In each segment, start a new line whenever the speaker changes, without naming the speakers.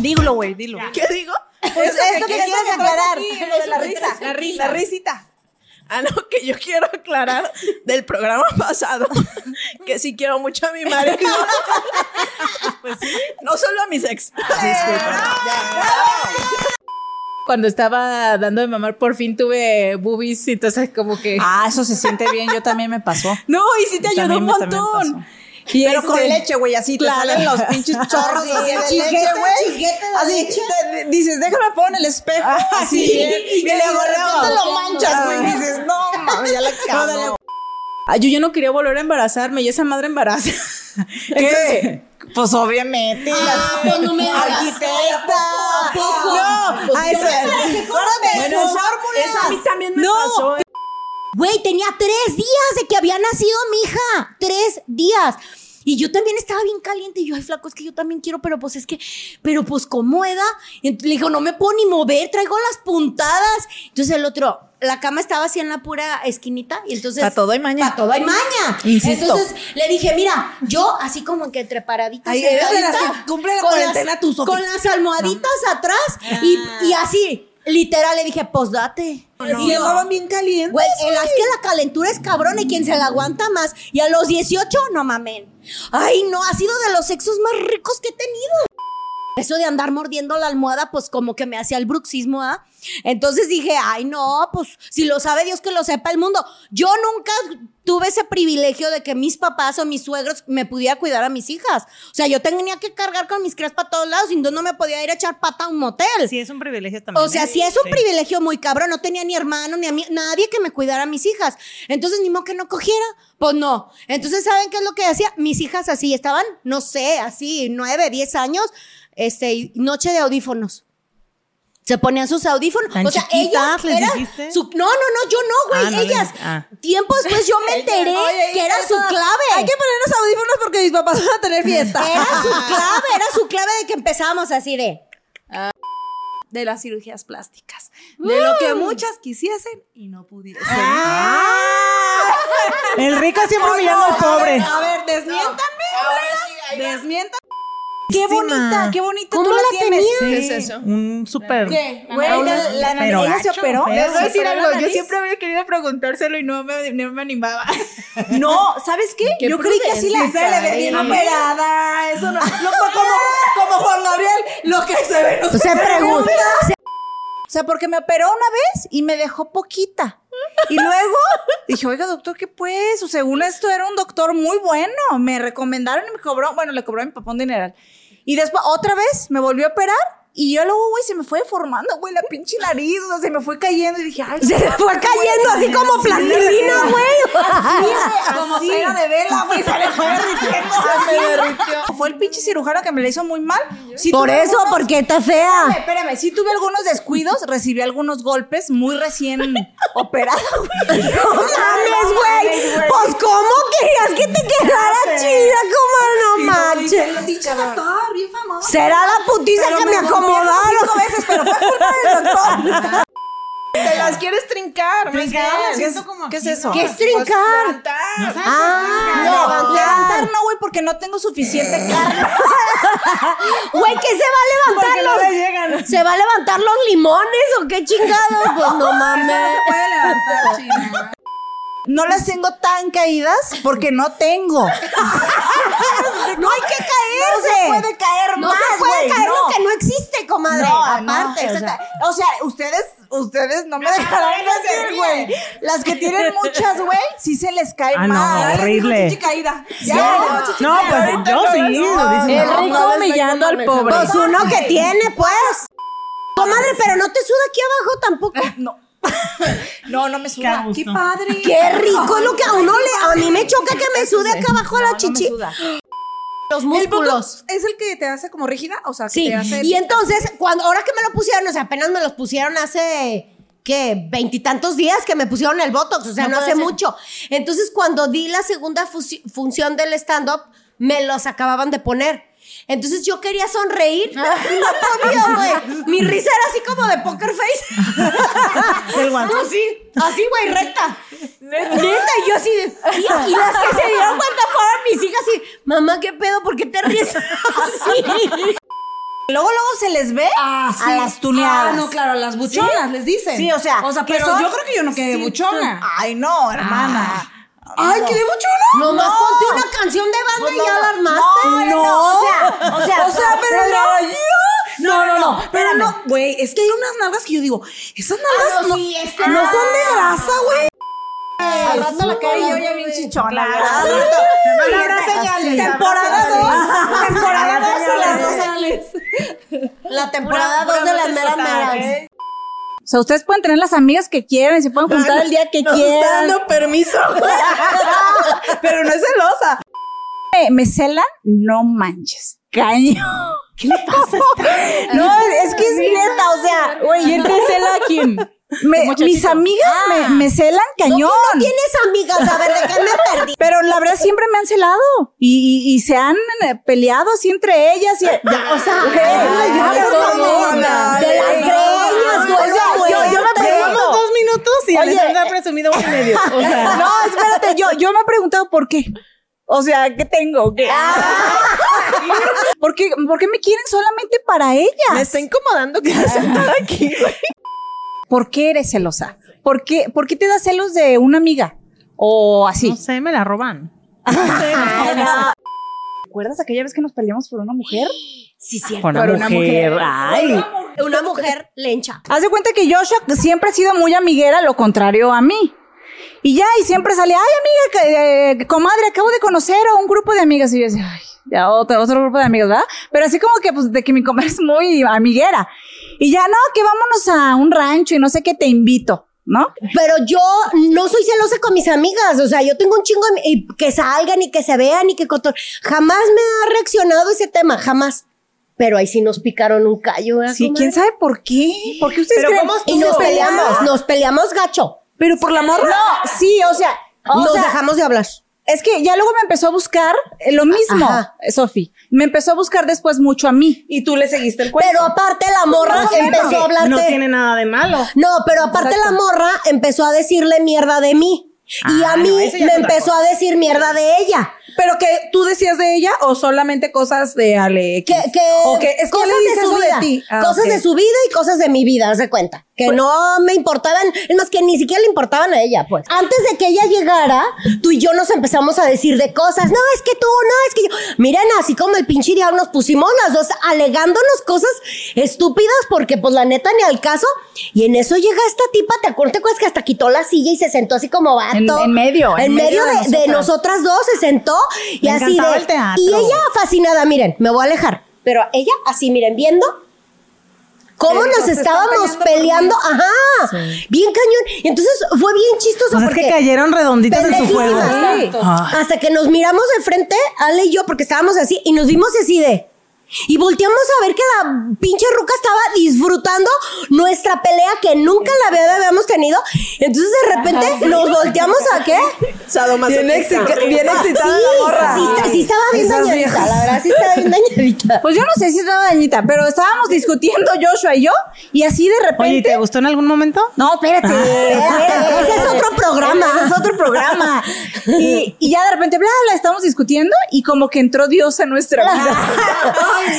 Dilo, güey, dilo.
Ya.
¿Qué digo?
Pues
Eso
es lo que
eso
quieres
trajo
aclarar.
aquí,
Lo de la
eso que-
risa.
La risa.
La risita.
Ah, no, que yo quiero aclarar del programa pasado que sí quiero mucho a mi marido. No solo a mis ex.
Cuando estaba dando de mamar, por fin tuve boobies y entonces como que...
Ah, eso se siente bien. Yo también me pasó.
No, y sí te ayudó
También
un
me- también
montón.
pasó.
Y
Pero
este-
con leche, güey, así
Claro.
te salen los pinches chorros
Así,
así
el
de
chisguete,
leche,
el
güey. Así, te- dices, déjame poner en el espejo.
Ah,
así,
sí.
y,
Y
luego
luego
de repente lo manchas, güey, y
Ah.
dices, no, mames, ya la cagó. Ah,
Ay, yo ya no quería volver a embarazarme y esa madre embaraza. Entonces,
Pues obviamente.
Ah, pues no me digas.
Arquitecta.
¿A poco? ¿A poco?
No,
Pues
a eso. Acuérdate de
Bueno,
sus
eso-
fórmulas.
eso a mí también me
No.
pasó.
Güey, tenía tres días de que había nacido mi hija. Tres días. Y yo también estaba bien caliente. Y yo, ay, flaco, es que yo también quiero, pero pues es que, pero pues cómo era. Y ent- Le dijo, no me puedo ni mover, traigo las puntadas. Entonces el otro, la cama estaba así en la pura esquinita. Y entonces.
Pa' todo hay maña.
Pa' todo hay maña.
Insisto.
Entonces le dije, mira, yo así como que entre paraditas.
Ay, eres de las
sentadita,
que cumple la
con
cuarentena
las-
tú, Sofi.
Con las almohaditas atrás. Y, y así, literal, le dije, pues date.
No.
Y yo,
Estaban bien calientes.
Güey, el es que la calentura es cabrón y quien se la aguanta más. Y a los 18, no mamen. Ay, no, ha sido de los sexos más ricos que he tenido. Eso de andar mordiendo la almohada, pues como que me hacía el bruxismo, ¿ah? Entonces dije, ay, no, pues si lo sabe Dios que lo sepa el mundo. Yo nunca tuve ese privilegio de que mis papás o mis suegros me pudiera cuidar a mis hijas. O sea, yo tenía que cargar con mis crías para todos lados, y no me podía ir a echar pata a un motel.
Sí, es un privilegio también.
O sea,
¿eh?
si es un
Sí.
privilegio muy cabrón, no tenía ni hermano, ni a nadie que me cuidara a mis hijas. Entonces, ni modo que no cogiera, pues no. Entonces, ¿saben qué es lo que hacía? Mis hijas así estaban, no sé, así, nueve, diez años, este, y noche de audífonos. Se ponían sus audífonos.
¿Tan
o sea,
chiquitas
ellas
les
era
dijiste?
su- No, no, no, yo no,
Ah,
güey.
no les-
ellas.
ah.
Tiempo después yo me enteré
Oye,
que era
hija,
su clave.
Hay que poner los audífonos porque mis papás van a tener fiesta.
Era su clave, era su clave de que empezábamos así de.
De las cirugías plásticas. De lo
Uh.
que muchas quisiesen y no pudiesen.
Ah,
El rico siempre humillando al pobre.
A ver, desmiéntame, güey. Desmiéntame. Qué bonita, qué bonita
¿Cómo
tú la,
la
tienes.
tenía?
¿Qué
es eso?
Un súper.
¿Qué? Güey, la, la, la-
Pero
ella se
gacho,
operó.
feo.
Les voy a
Se
decir
operó la
algo, yo
nariz.
siempre había querido preguntárselo y no me, no me animaba.
No, ¿sabes qué?
Qué
Yo creí que así la
prudencia,
se le ve bien
¿eh?
operada. Eso no. no, fue como, como Juan Gabriel, lo que se ve no
Se pregunta.
O sea, porque me operó una vez y me dejó poquita. Y luego dije, oiga, doctor, ¿qué pues? O según esto era un doctor muy bueno. Me recomendaron y me cobró, bueno, le cobró a mi papá un dineral. Y después otra vez me volvió a operar y yo luego, güey, se me fue deformando, güey, la pinche nariz, o sea, se me fue cayendo y dije, ay,
Se le fue cayendo así como plastilina, güey.
como cera de vela, güey, se le fue derritiendo. Fue el pinche cirujano que me la hizo muy mal. Sí
Por
tuve
eso,
algunos-
porque está fea.
Espérame, sí tuve algunos descuidos, recibí algunos golpes muy recién operado, güey.
No mames, güey. Pues, ¿cómo querías que te quedara chida? Como no manches.
Pinche doctor, bien famoso.
Será la putiza que me acomodaron.
Cinco veces, pero fue culpa del doctor.
Te las quieres trincar. me quedo-
¿Qué, es, ¿Qué es eso?
¿Qué es trincar?
Levantar.
Ah,
No, levantar no, güey, porque no tengo suficiente
Eh.
carne.
güey, ¿qué se va a levantar
Porque no
los?
le llegan.
¿Se va a levantar los limones o qué chingados? Pues no mames.
puede levantar, China. No las tengo tan caídas porque no tengo. no hay que caerse. No se puede caer
No
más,
se puede
güey,
caer
no.
lo que no existe, comadre.
No,
Aparte,
no,
o sea,
exacta- o sea, ustedes, ustedes no me dejarán decir, güey. Las que tienen muchas, güey, sí se les cae
Ah, no,
más. Ya les dijo
horrible.
chichi caída. Ya,
No,
ya, chichi
no,
caída.
pues
Ahorita
yo
no,
sí.
no,
lo dicen.
El
No,
rico humillando al pobre.
Pues uno que tiene, pues. Comadre, pero no te suda aquí abajo tampoco.
No. No, no me
Qué
suda.
a gusto.
padre.
Qué rico es lo que a uno le. A mí me choca que me sude acá abajo la chichi. Los músculos.
¿Es el que te hace como rígida? O sea, que
Sí.
te hace...
Y entonces, cuando, ahora que me lo pusieron, o sea, apenas me los pusieron hace. ¿Qué? Veintitantos días que me pusieron el Botox, o sea, no, hace mucho. Entonces, cuando di la segunda fusi- función del stand-up, me los acababan de poner. Entonces, yo quería sonreír. y
Ah.
no podía, güey. Mi risa era así como de poker face.
El guante.
Así, así, güey, recta. Neta, y yo así. de- Y, y las que se dieron cuenta fueron mis hijas y, mamá, ¿qué pedo? ¿Por qué te ríes? así?
Luego, luego se les ve a las tuneadas.
Ah, no, claro, a las buchonas, les dicen.
Sí, o sea,
O sea,
que
pero
son-
yo creo que yo no quedé
Sí,
buchona.
tú- Ay, no, hermana.
Ay, ¿quedé buchona?
Nomás ponte una canción de banda y ya la armaste.
Pues No, no, o sea, o sea,
O sea, pero
pero-
la- yo- No, no, no, pero
espérame. Ah,
no, güey, es que hay unas nalgas que yo digo, esas nalgas
no,
no,
sí, es que
no
no.
son de grasa, güey.
Al rato la
Ay,
cae
yo
la
ya
nube.
bien chichona.
Claro.
Al rato- Temporada 2. Temporada 2 o las dos eh. aquí.
La temporada 2 de las meras meras.
O sea, ustedes pueden tener las amigas que quieran, se pueden juntar el día que
Nos está
quieran.
dando permiso.
Pero no es celosa. Me, me celan, no manches. Caño. ¿Qué le pasa? no, es que es neta, o sea, güey,
¿Quién te cela a quién?
me-
muchachito.
mis amigas me, me celan cañón.
Tienes amigas, a ver, ¿de qué me perdí?
Pero la verdad siempre me han celado y, y- y se han eh, peleado así entre ellas. Y, ya, o sea, güey,
ay,
ya,
ay,
por
ay,
favor,
ay,
dale.
de las greñas, güey,
O sea,
güey.
yo, yo me pregunto.
Llevamos dos minutos y
Oye.
Alessandra ha presumido un y medio. O sea,
No, espérate, yo, yo me he preguntado por qué. O sea, ¿qué tengo? ¿Qué? ¿Por, qué, por qué me quieren solamente para
Me
ellas?
está incomodando que esté sentada aquí.
¿Por qué eres celosa? ¿Por qué, por qué te das celos de una amiga? O así.
no sé, me la roban.
¿Recuerdas aquella vez que nos peleamos por una mujer?
Sí, sí.
Con
Por
una
una
mujer.
mujer.
Ay.
Una mujer lencha.
Haz de cuenta que Joshua siempre ha sido muy amiguera, lo contrario a mí. Y ya, y siempre sale, ay, amiga, que, eh, comadre, acabo de conocer a un grupo de amigas. Y yo decía, ay, ya otro, otro grupo de amigas, ¿verdad? Pero así como que, pues, de que mi comadre es muy amiguera. Y ya, no, que vámonos a un rancho y no sé qué, te invito, ¿no?
Pero yo no soy celosa con mis amigas. O sea, yo tengo un chingo de- y que salgan y que se vean y que cotor- Jamás me ha reaccionado ese tema, jamás. Pero ahí sí nos picaron un callo. ¿verdad,
Sí,
comadre?
quién sabe por qué. ¿Por qué ustedes
Pero
creen?
¿cómo
Y nos peleamos, nos peleamos gacho.
Pero por la morra. No, sí, o sea, o
nos
sea,
dejamos de hablar.
Es que ya luego me empezó a buscar eh, lo mismo,
Ajá.
Sofi. Me empezó a buscar después mucho a mí.
Y tú le seguiste el cuento.
Pero aparte la morra
Más o
que
menos.
empezó a hablarte.
No tiene nada de malo.
No, pero aparte la morra empezó a decirle mierda de mí. Y
Ah,
a mí me empezó a decir mierda de ella.
Pero que tú decías de ella o solamente cosas de Ale.
Que,
X?
que
O que es que
cosas
Ale dice
de su
eso
vida.
de ti. Ah,
cosas
ok. Pues-
de su vida y cosas de mi vida, haz de cuenta. Que no me importaban, es más, que ni siquiera le importaban a ella, pues. Antes de que ella llegara, tú y yo nos empezamos a decir de cosas. No, es que tú, no, es que yo. Miren, así como el pinche diablo nos pusimos las dos alegándonos cosas estúpidas porque, pues, la neta ni al caso. Y en eso llega esta tipa, ¿te acuerdas, te acuerdas que hasta quitó la silla y se sentó así como vato?
En- en medio,
En, medio, de, de nosotras dos se sentó y
Me
así
encantaba
de-
el teatro.
Y ella fascinada, miren, me voy a alejar. Pero ella, así, miren, viendo cómo
Sí,
nos
se están
estábamos
peleando
peleando. Ajá, bien cañón. Y entonces fue bien chistoso
Pues es
porque
que cayeron redonditas en su juego.
pendejísimas.
Exacto.
Ah.
Hasta que nos miramos de frente, Ale y yo, porque estábamos así, y nos vimos así de. Y volteamos a ver que la pinche ruca estaba disfrutando nuestra pelea que nunca en la vida habíamos tenido. Entonces de repente nos volteamos a qué?
Bien, exci- bien excitada la morra.
Sí, está- sí estaba bien
Esas
dañadita,
viejas.
la verdad sí estaba bien dañadita.
Pues yo no sé si estaba dañita, pero estábamos discutiendo Joshua y yo, y así de repente.
Oye, ¿y ¿te gustó en algún momento? Ah.
No, espérate.
Espérate, Eh, ese es otro programa.
Eh, Ese es otro programa. Y, y ya de repente, bla, bla, estamos discutiendo y como que entró Dios a nuestra vida.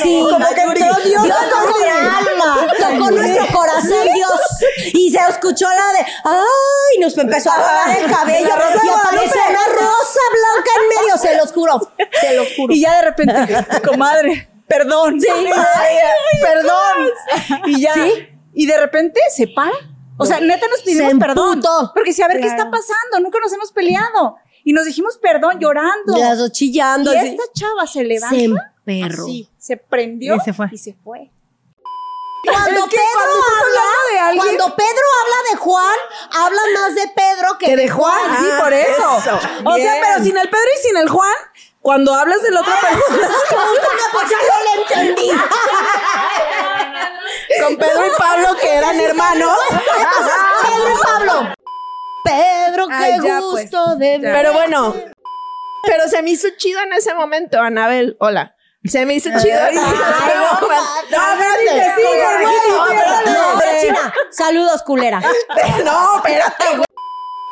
Sí,
como que entró Dios,
Dios
a
tocó el
nuestra
alma, tocó nuestro corazón, Dios. Y se escuchó la de, ay, nos empezó a agarrar el cabello y aparece una rosa blanca en medio, se los juro, se los juro.
Y ya de repente, comadre, perdón. Ay, perdón. Y ya. Y de repente se para. O sea, neta nos pedimos
Se
perdón.
emputó.
Porque si a ver qué está pasando, nunca nos hemos peleado. Y nos dijimos perdón llorando.
Las dos chillando.
Y
así.
esta Ah, chava se levanta.
Se emperró.
así, se prendió
Y se fue.
fue.
Cuando
Es que
Pedro
cuando estás hablando de
habla,
alguien-
cuando Pedro habla de Juan, habla más de Pedro que, de Juan.
Ah,
Sí, por eso. O sea, pero sin el Pedro y sin el Juan, cuando hablas de la otra persona,
pues ya no le entendí.
Con Pedro y Pablo que eran hermanos.
Entonces, Pedro y Pablo. Pedro, qué
Ay, ya, pues,
gusto de ver.
Pero bueno, pero se me hizo chido en ese momento, Anabel. Hola. Se me hizo chido.
Ay,
no,
no,
espérate.
sigue,
No,
güey,
espérate.
No, pero China, saludos, culera.
No, espérate, güey.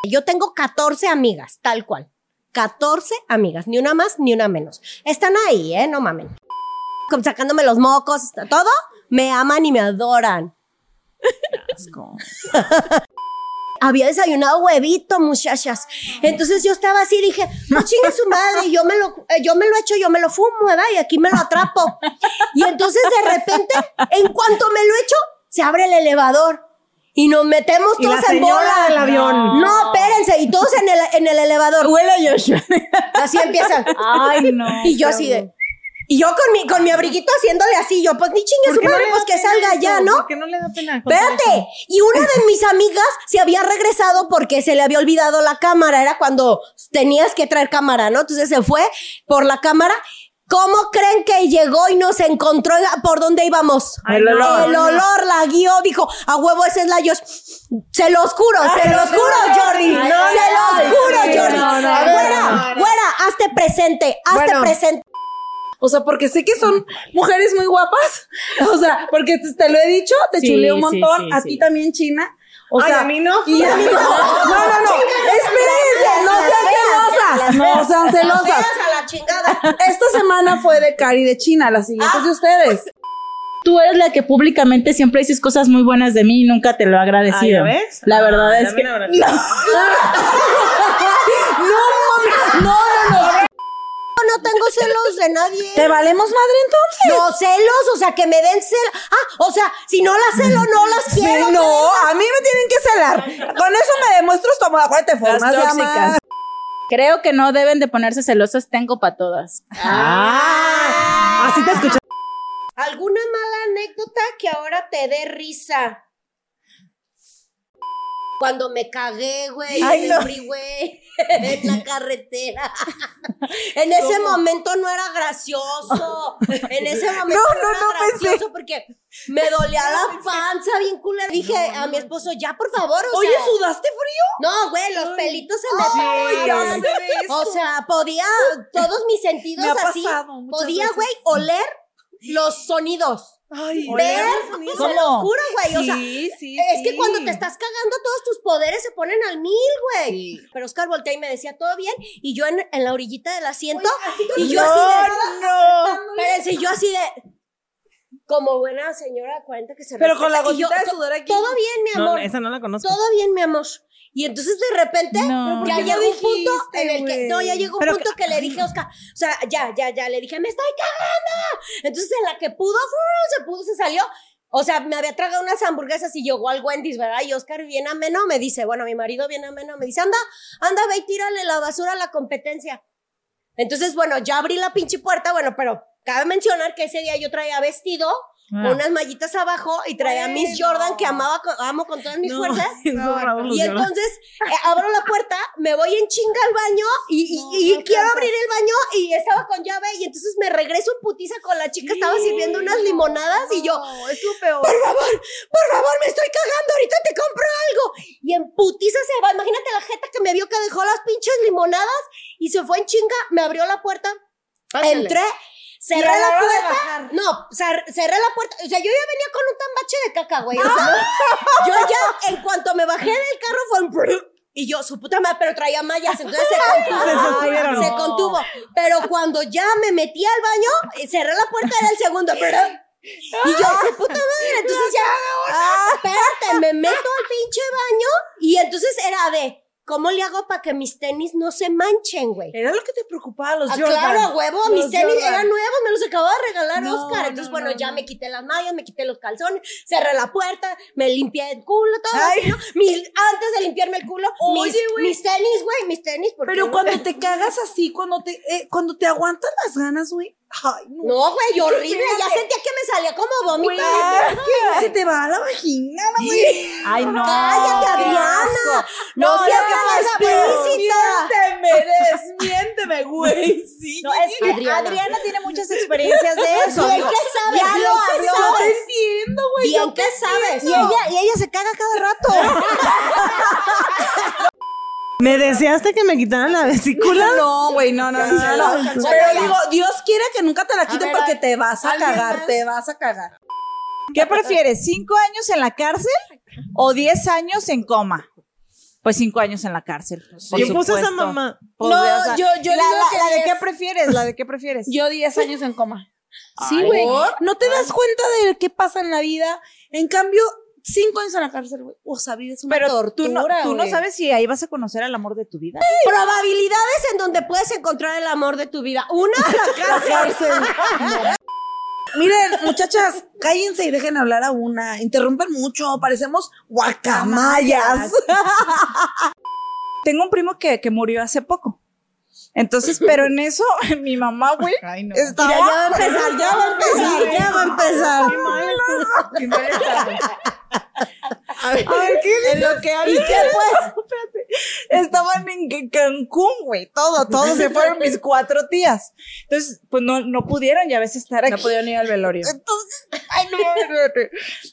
Yo tengo 14 amigas, tal cual. 14 amigas, ni una más ni una menos. Están ahí, ¿eh? No mamen. con- sacándome los mocos, todo, me aman y me adoran. Había desayunado huevito, muchachas. Entonces yo estaba así, dije, no chingue su madre, yo me lo, eh, yo me lo echo, yo me lo fumo, ¿verdad? Y aquí me lo atrapo. Y entonces de repente, en cuanto me lo echo, se abre el elevador. Y nos metemos todos en bola. del avión. No, espérense. Y todos en el, en el elevador. Huele Ah. Así empiezan. Ay, no. Y yo así de. Y yo con mi, con mi abriguito haciéndole así, yo, pues ni chingue su madre, pues que salga ya, ¿no?
Porque no le da pena. contar
Espérate, y una de mis amigas se había regresado porque se le había olvidado la cámara, era cuando tenías que traer cámara, ¿no? Entonces se fue por la cámara. ¿Cómo creen que llegó y nos encontró por dónde íbamos? el olor. la guió, dijo, a huevo, esa es la yo. Se los juro, se los juro, Jordi. se los juro, Jordi. fuera, fuera, hazte presente, hazte
Bueno.
presente.
O sea, porque sé que son mujeres muy guapas. O sea, porque te, te lo he dicho, te
Sí,
chuleé un
sí,
montón.
sí,
a
sí.
ti también, China. O
Ay,
sea,
a mí no.
Y a mí no. No, no, no. Espérense, no sean celosas. No sean celosas.
a la chingada.
Esta semana fue de Cari de China, la siguiente es de ustedes.
Tú eres la que públicamente siempre dices cosas muy buenas de mí y nunca te lo he agradecido.
Ah, ¿ya ves?
La verdad
Ah,
es
dame
que.
un abrazo.
No tengo celos de nadie.
¿Te valemos madre entonces?
No, celos, o sea, que me den celos. Ah, o sea, si no las celo, no las quiero.
Sí, no, a mí me tienen que celar. Con eso me demuestras tu amor. Acuérdate, formas de amar.
tóxicas.
Creo que no deben de ponerse celosas, tengo para todas.
Ah.
Así te escuché.
¿Alguna mala anécdota que ahora te dé risa? Cuando me cagué, güey, en el freeway, en la carretera. En ese momento no era gracioso. En ese momento no,
no,
era
no pensé.
gracioso porque me dolía la panza bien culera. Dije a mi esposo, ya, por favor, o sea,
¿sudaste frío?
No, güey, los pelitos se me pararon. O sea, podía todos mis sentidos
Me ha
así.
pasado muchas
podía,
veces.
güey, oler los sonidos.
Ay,
Ver, se los juro, güey. o sea,
sí, sí,
es que
sí.
cuando te estás cagando, todos tus poderes se ponen al mil, güey. Pero Oscar voltea y me decía, ¿todo bien? Y yo en, en la orillita del asiento. y yo así de. No, Espérense, yo así de. Como buena señora de 40 que se
Pero con la
respeta, y yo,
gotita de
"To-
sudor aquí.
Todo bien, mi
No,
amor.
esa no la conozco.
Todo bien, mi amor. Y entonces de repente
No.
ya
qué
llegó
lo
un punto
dijiste,
en el que
güey?
no, ya llegó un
Pero
punto que, le dije a Oscar, o sea, ya, ya, ya, le dije, me estoy cagando. Entonces en la que pudo, ¡fuu! se pudo, se salió. O sea, me había tragado unas hamburguesas y llegó al Wendy's, ¿verdad? Y Oscar bien ameno me dice, bueno, mi marido bien ameno me dice, anda, anda, ve y tírale la basura a la competencia. Entonces, bueno, ya abrí la pinche puerta, bueno, pero cabe mencionar que ese día yo traía vestido, con unas mallitas abajo y traía mis Jordan que amaba, co- amo con todas mis fuerzas. Y entonces eh, abro la puerta, me voy en chinga al baño y, y- y quiero abrir el baño y estaba con llave y entonces me regreso en putiza con la chica, estaba sirviendo unas
pues,
limonadas y yo,
es lo peor.
por favor, por favor, me estoy cagando, ahorita te compro algo. Y en putiza se va, imagínate la jeta que me vio que dejó las pinches limonadas y se fue en chinga, me abrió la puerta, entré, cerré la, puerta. No, cer- cerré la puerta, o sea, yo ya venía con un tambache de caca, güey. o sea, yo ya, en cuanto me bajé del carro, fue un... brrr, Y yo, su puta madre, pero traía mallas, entonces se contuvo.
sostuvieron.
se contuvo. Pero cuando ya me metí al baño, eh, cerré la puerta, era el segundo. brrr, y yo, su puta madre, entonces ya. Ah, espérate, me meto al pinche baño y entonces era de, ¿cómo le hago para que mis tenis no se manchen, güey?
Era lo que te preocupaba los
Ah,
Jordan.
claro, a huevo,
Los
mis tenis
Jordan.
eran nuevos, me los acababa de regalar
No,
Oscar. Entonces,
no,
bueno,
no,
ya
no.
me quité las mallas, me quité los calzones, cerré la puerta, me limpié el culo, todo así, ¿no? Mis- antes de limpiarme el culo,
Oye,
mis,
güey.
mis tenis, güey, mis tenis. porque
Pero
no-
cuando te cagas así, cuando te, eh, cuando te aguantas las ganas, güey. Ay, no.
No, güey, horrible, ya
espérate.
sentía que me salía como
güey,
vómito.
que se te va la vagina, güey.
Ay, no.
Cállate, Adriana. No, seas tan explícita.
Miénteme, güey. Sí.
No, es que Adriana. tiene muchas experiencias de eso.
Bien que sabes,
Ya
bien
lo
que
habló.
No te
sabes,
entiendo, güey.
bien que sabes.
Y ella, y ella se caga cada rato.
¿Me deseaste que me quitaran la vesícula?
No, güey, no, no, no, no, no. Pero digo, Dios quiera que nunca te la quiten
ver,
porque te vas a
¿alguien
cagar,
más?
te vas a cagar.
¿Qué prefieres, cinco años en la cárcel o diez años en coma? Pues cinco años en la cárcel. por
Yo puse esa
supuesto.
mamá.
Pues,
No,
o sea,
yo- yo
la,
digo
la-
que
la de
diez.
qué prefieres, la de qué prefieres.
Yo 10 años en coma. Sí, güey.
¿por?
No te das cuenta de qué pasa en la vida. En cambio, cinco años en la cárcel, güey. O sea, vida es una
Pero
tortura,
tú, no, tú no
güey.
sabes si ahí vas a conocer al amor de tu vida.
Probabilidades en donde puedes encontrar el amor de tu vida. Una, la cárcel.
Miren, muchachas, cállense y dejen hablar a una. Interrumpen mucho, parecemos guacamayas.
Tengo un primo que, que murió hace poco. Entonces, pero en eso, mi mamá, güey,
Ay, no.
estaba...
Mira, ya va a empezar, ya va a empezar, ya va a empezar.
en lo que había. pues? Estaban en Ca- Cancún, güey. Todo, todo. Se fueron mis cuatro tías. Entonces, pues no, no pudieron ya a veces estar aquí.
No pudieron ir al velorio.
Entonces, ay, no, no, no, no.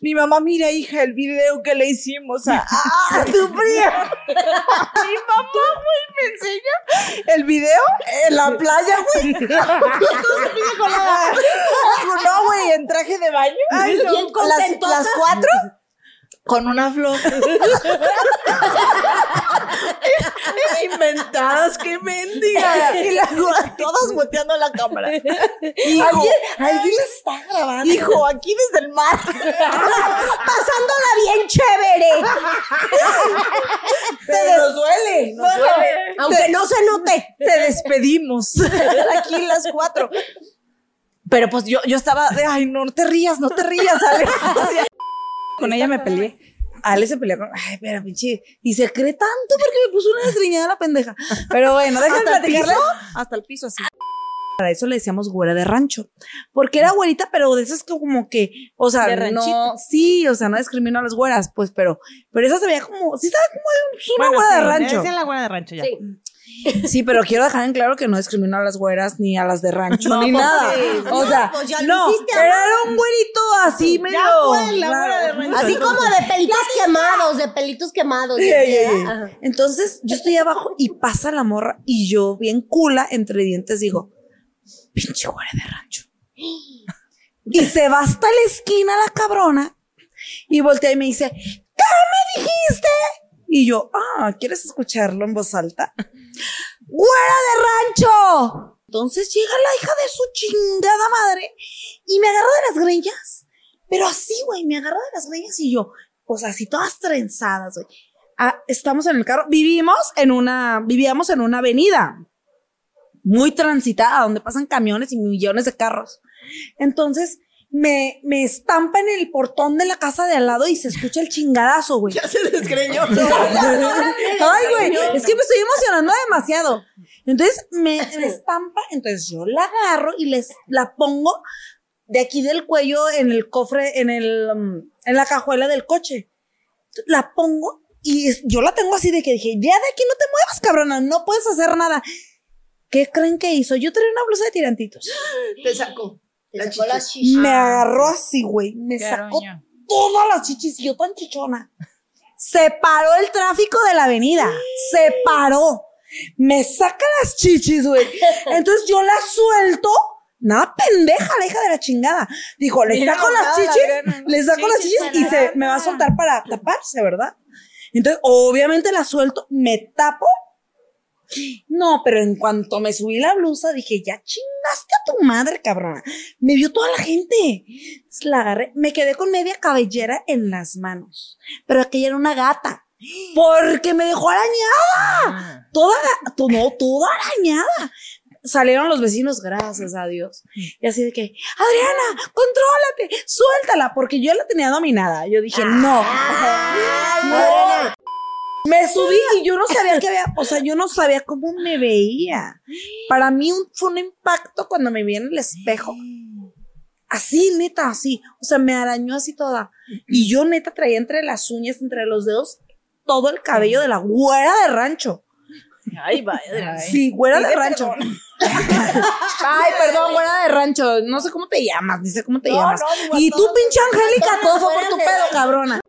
Mi mamá, mira, hija, el video que le hicimos a, a- a tu prima. Mi mamá, güey, me enseña el video en la playa, güey. Entonces, mira, con la- con- No, güey, en traje de baño.
Bien
las,
contentota.
las cuatro con una flor.
Inventadas, qué mendiga.
y la, todas volteando la cámara. Hijo,
Alguien, alguien la está grabando.
hijo, aquí desde el mar.
Pasándola bien chévere.
Pero nos duele. nos duele.
Aunque no se note.
te despedimos. Aquí las cuatro. Pero pues yo, yo estaba de, ay, no, no te rías, no te rías, Ale.
Con ella me peleé. Ale se peleó con. Ay, pero pinche. Y se cree tanto porque me puso una desgreñada la pendeja. Pero bueno, déjame
¿Hasta el
platicarles.
piso? Hasta el piso así.
Para eso le decíamos güera de rancho. Porque era güerita, pero de esas como que. O sea,
De
no.
ranchito.
Sí, o sea, no discrimino a las güeras, pues, pero. Pero esa se veía como. Sí, estaba como de un- una güera de rancho.
Decían la güera de rancho ya.
Sí, pero quiero dejar en claro que no discrimino a las güeras ni a las de rancho ni
pues,
nada. o
No,
sea,
pues ya lo
no,
hiciste,
pero era un güerito así medio.
fue la güera de rancho.
Así como de pelitos quemados, de pelitos quemados. ya queda. Ajá.
Entonces yo estoy abajo y pasa la morra y yo bien cula entre dientes digo, pinche güera de rancho. Y se va hasta la esquina la cabrona y voltea y me dice, ¿qué me dijiste? Y yo, ah, ¿quieres escucharlo en voz alta? ¡Güera de rancho! Entonces llega la hija de su chingada madre y me agarra de las greñas. Pero así, güey, me agarra de las greñas y yo, pues así todas trenzadas, güey. Ah, estamos en el carro. Vivimos en una, vivíamos en una avenida muy transitada, donde pasan camiones y millones de carros. Entonces, me, me estampa en el portón de la casa de al lado y se escucha el chingadazo, güey.
Ya se desgreñó.
Ay, güey, es que me estoy emocionando demasiado. Entonces me, me estampa, entonces yo la agarro y les la pongo de aquí del cuello en el cofre, en el um, en la cajuela del coche. La pongo y es- yo la tengo así de que dije, ya de aquí no te muevas, cabrona, no puedes hacer nada. ¿Qué creen que hizo? Yo tenía una blusa de tirantitos.
Te sacó.
Te sacó las chichis.
Me agarró así, güey. Me sacó todas las chichis y yo tan chichona. Se paró el tráfico de la avenida. Se paró. Me saca las chichis, güey. Entonces yo la suelto. Nada pendeja, la hija de la chingada. Dijo, le saco las chichis, le saco las chichis y se me va a soltar para taparse, ¿verdad? Entonces, obviamente la suelto, me tapo. No, pero en cuanto me subí la blusa, dije, ya chingaste a tu madre, cabrona. Me vio toda la gente. Entonces, La agarré, me quedé con media cabellera en las manos. Pero aquella era una gata. Porque me dejó arañada. Toda, ga- to- no, toda arañada. Salieron los vecinos, gracias a Dios. Y así de que, Adriana, contrólate, suéltala, porque yo la tenía dominada. Yo dije, no. no. Me subí y yo no sabía que había, o sea, yo no sabía cómo me veía. Para mí un- fue un impacto cuando me vi en el espejo. Así, neta, así. O sea, me arañó así toda. Y yo, neta, traía entre las uñas, entre los dedos, todo el cabello de la güera de rancho.
Ay, vaya.
Sí, güera de rancho. Ay, perdón, güera de rancho. No sé cómo te llamas, ni sé cómo te llamas. y tú, pinche Angélica, todo fue por tu
güeras de
pedo, cabrona.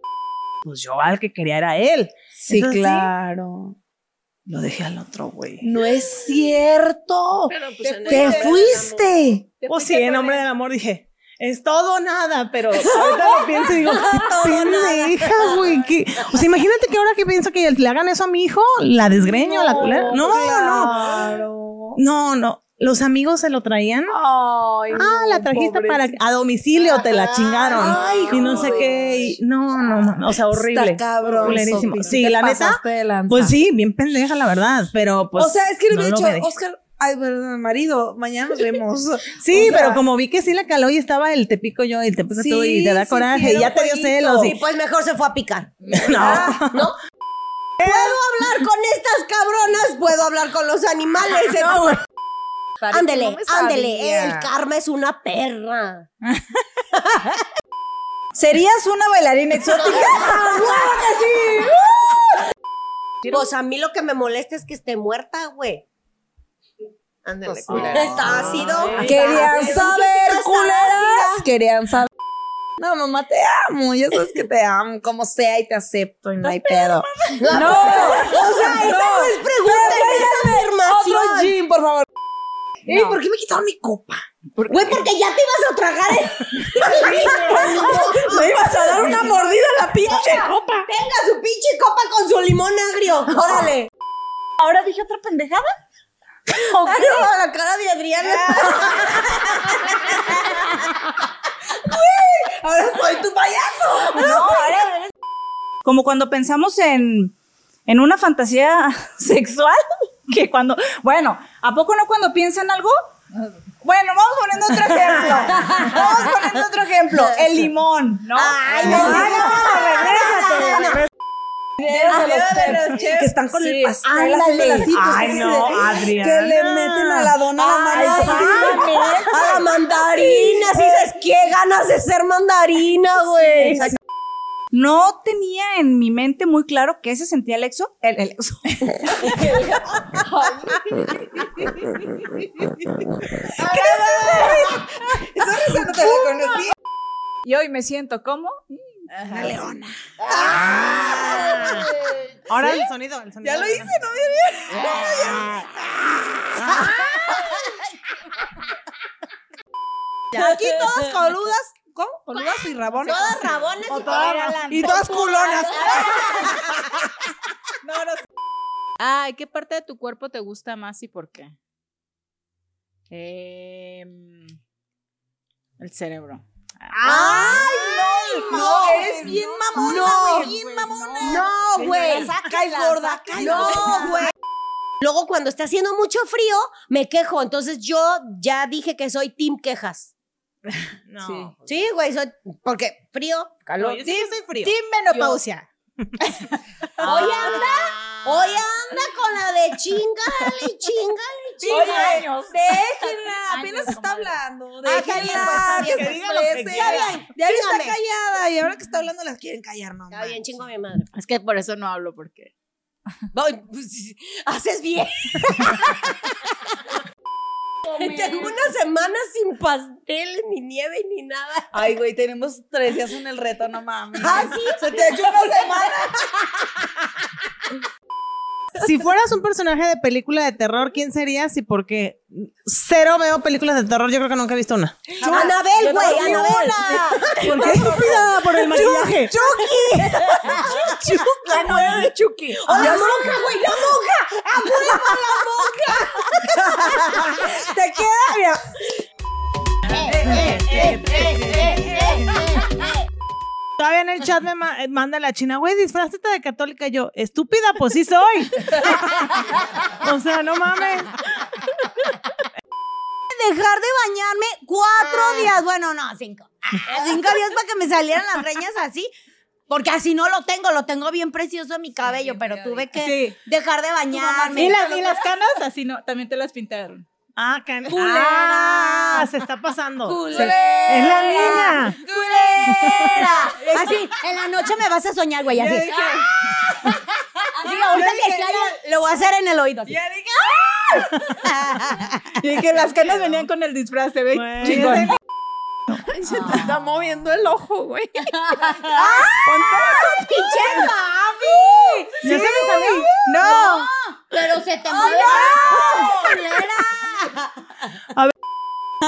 Pues yo al que quería era él.
Sí,
Entonces, sí.
claro.
Lo dejé al otro, güey.
No es cierto.
Pero pues en
Te fuiste.
Pues sí, en nombre del amor dije, es todo o nada, pero ahorita lo pienso y digo, qué pendeja, güey. qué- O sea, imagínate que ahora que pienso que le hagan eso a mi hijo, la desgreño, la culera. No, no. No, no. los amigos se lo traían.
Ay,
Ah, la trajiste para a domicilio, te la chingaron.
Ay,
y no sé
joder.
qué. y- no, no, no, o sea, horrible.
Está cabrón,
Culerísimo.
Sofi.
Sí,
Te
la neta.
pasaste de lanza.
Pues sí, bien pendeja, la verdad. Pero pues.
o sea, es que le
no
hubiera
lo
dicho,
merece.
Oscar, ay, perdón, marido, mañana nos vemos.
Sí,
o sea-
pero como vi que sí la caló y estaba el te pico yo, el te pico tú y
Sí,
te da
sí,
coraje
sí,
y
era
ya te dio
jueguito.
celos.
Sí,
y-
pues mejor se fue a picar.
Ah,
no.
¿No? Puedo hablar con estas cabronas, puedo hablar con los animales.
Pare,
ándele,
¿cómo me
ándele.
sabía?
El karma es una perra.
¿Serías una bailarina exótica?
Pues a mí lo que me molesta es que esté muerta, güey.
Ándale,
Está ácido.
Ah,
Querían
Está
saber,
ácido.
culeras. Querían saber. No, mamá, te amo. Ya sabes que te amo, como sea, y te acepto, y no hay pedo.
No,
No,
o sea, esa no es pregunta, esa es
otro
afirmación.
gin, por favor.
Ey, ¿por qué me quitaron mi copa?
Güey, porque ya te ibas a tragar el...
Me ibas a dar una mordida a la pinche copa.
Venga, su pinche copa con su limón agrio. Órale.
Ahora dije otra pendejada.
Ah, no, a la cara de Adriana.
Ahora soy tu payaso.
Como cuando pensamos en, en una fantasía sexual, que cuando, bueno, ¿a poco no cuando piensan algo? Bueno, vamos poniendo otro ejemplo. Vamos poniendo otro ejemplo. El limón, ¿no?
Ay,
no,
no,
no,
no, no, no.
Que están con el pastel
Ándale.
haciendo las citas,
Ay,
así
no,
de-
Adriana.
Que le meten a la dona la
Ay,
mano.
sí, a la mandarina, si dices, qué ganas de ser mandarina, güey.
No tenía en mi mente muy claro qué se sentía el exo. El, el exo.
Esa risa no te la conocí.
Y hoy me siento como.
Ahora el sonido, el sonido.
Ya lo hice, ¿no?
Aquí todas coludas. ¿Cómo? Coludas y rabones.
Todas rabones y todas
Y todas culonas.
Ay, ¿qué parte de tu cuerpo te gusta más y por qué? Em, el cerebro.
¡Ay, no! No, eres bien mamona,
No,
güey, bien mamona.
No, güey.
Caes gorda, caes
No, güey. Luego cuando está haciendo mucho frío, me quejo. Entonces yo ya dije que soy team quejas.
No.
Sí.
Sí, güey, soy porque frío,
No,
calor.
yo sí que soy frío.
Team menopausia.
Hoy anda,
Ah.
hoy anda con la de chingale y chingale y chingale.
años.
Déjenla, apenas
Años,
está
comadre.
hablando.
Ah, que le
Déjenla,
cuesta
que se
bien,
que diga lo que
exprese.
quiera.
Ya bien, Ya bien está
Dígame.
callada y ahora que está hablando las quieren callar, no.
Está bien,
manches.
chingo a mi madre.
Es que por eso no hablo, porque.
Voy, pues, haces bien. Tengo una semana sin pastel, ni nieve, ni nada.
Ay, güey, tenemos tres días en el reto, no mames.
Ah, sí.
Se te ha hecho una semana.
Si fueras un personaje de película de terror, ¿quién serías y por qué? Cero veo películas de terror, yo creo que nunca he visto una.
Anabel, güey, Anabel.
¿Por qué? Estúpida, por el maquillaje.
La nueva de Chucky.
La monja, güey, la monja.
Te queda, mira.
Todavía en el chat me ma- eh, manda la china, güey, disfrázate de católica. Yo, estúpida, pues sí soy. o sea, no mames.
Dejar de bañarme cuatro días. Bueno, no, cinco. Ah, Cinco días para que me salieran las reñas así. Porque así no lo tengo, lo tengo bien precioso en mi cabello, pero tuve que
Sí.
dejar de bañarme.
¿Y las, y las canas? Así no, también te las pintaron.
Ah, can...
Culera.
Ah, se está pasando.
Culera.
Se- Es la niña.
¡Culera! Así, en la noche me vas a soñar, güey, así. Ah. Así, ahorita que se haya- lo voy a hacer en el oído. así.
Y que las canas venían con el disfraz, ¿te ve?
Güey,
Chingón.
es de-
Se te está moviendo el ojo, güey.
Ah,
¡Pinche mami!
¿Ya se me salió?
¡No! Pero se te mueve. ¡Culera!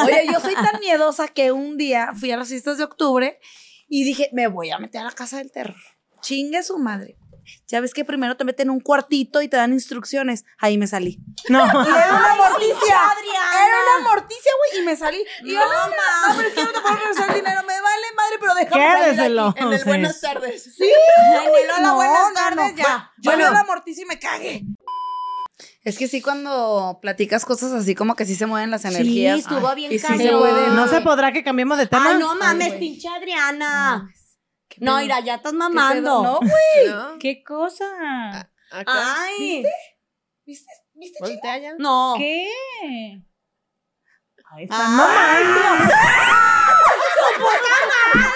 Oye, yo soy tan miedosa que un día fui a las fiestas de octubre y dije, me voy a meter a la casa del terror. Chingue su madre. Ya ves que primero te meten en un cuartito y te dan instrucciones. Ahí me salí.
No.
Y era una morticia.
Adriana.
Era una morticia, güey, y me salí. Y yo, no, no, no, pero es que no te puedo regresar el dinero. Me vale madre, pero déjame salir de
Quédeselo.
En el
Sí.
buenas tardes.
aquí. Güey, Lola,
No,
buenas
no,
tardes,
no.
ya. Yo
Bueno.
era la morticia y me cagué.
Es que sí, cuando platicas cosas así, como que sí se mueven las
Sí,
energías.
estuvo bien
y sí
cañón.
se puede,
¿No se podrá que cambiemos de tema?
Ah, no mames, pinche Adriana. No, mira, ya estás
pedo?
mamando.
No,
¿No?
¿Qué
Ah,
cosa?
Acá.
Ay.
Voltea ya.
No.
oh.
Ah.
¿Qué?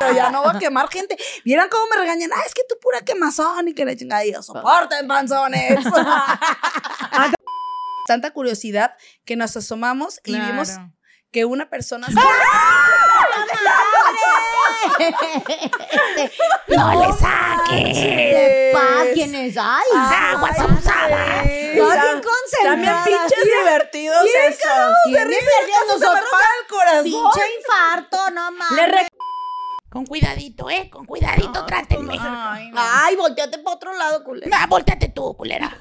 Pero ya no voy a quemar gente. Vieran cómo me regañan. Ah, es que tú pura quemazón y que la chingada. Y yo, soporten panzones. Tanta curiosidad que nos asomamos y vimos
Claro.
que una persona... ¡Ah!
Este, No le saques. De paz, ¿quién es? Ay, aguas abusadas. Está bien
También
concentrada.
pinches divertidos estos.
Tiene perdido
se
nosotros.
me para el corazón.
Pinche infarto, no mames.
Con cuidadito, ¿eh? Con cuidadito,
Ah,
trátenme.
pues
Ay, no.
Ay, volteate para otro lado, culero.
Ah, volteate tú, culera.